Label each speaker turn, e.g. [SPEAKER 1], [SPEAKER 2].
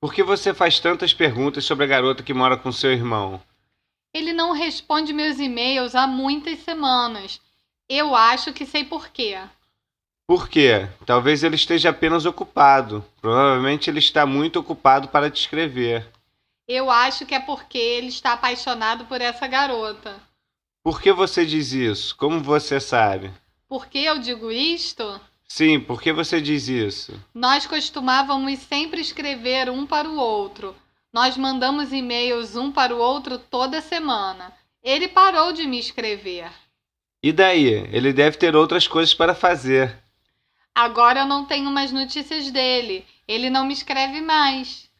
[SPEAKER 1] Por que você faz tantas perguntas sobre a garota que mora com seu irmão?
[SPEAKER 2] Ele não responde meus e-mails há muitas semanas. Eu acho que sei por quê.
[SPEAKER 1] Por quê? Talvez ele esteja apenas ocupado. Provavelmente ele está muito ocupado para te escrever.
[SPEAKER 2] Eu acho que é porque ele está apaixonado por essa garota.
[SPEAKER 1] Por que você diz isso? Como você sabe?
[SPEAKER 2] Por que eu digo isto?
[SPEAKER 1] Sim, por que você diz isso?
[SPEAKER 2] Nós costumávamos sempre escrever um para o outro. Nós mandamos e-mails um para o outro toda semana. Ele parou de me escrever.
[SPEAKER 1] E daí? Ele deve ter outras coisas para fazer.
[SPEAKER 2] Agora eu não tenho mais notícias dele. Ele não me escreve mais.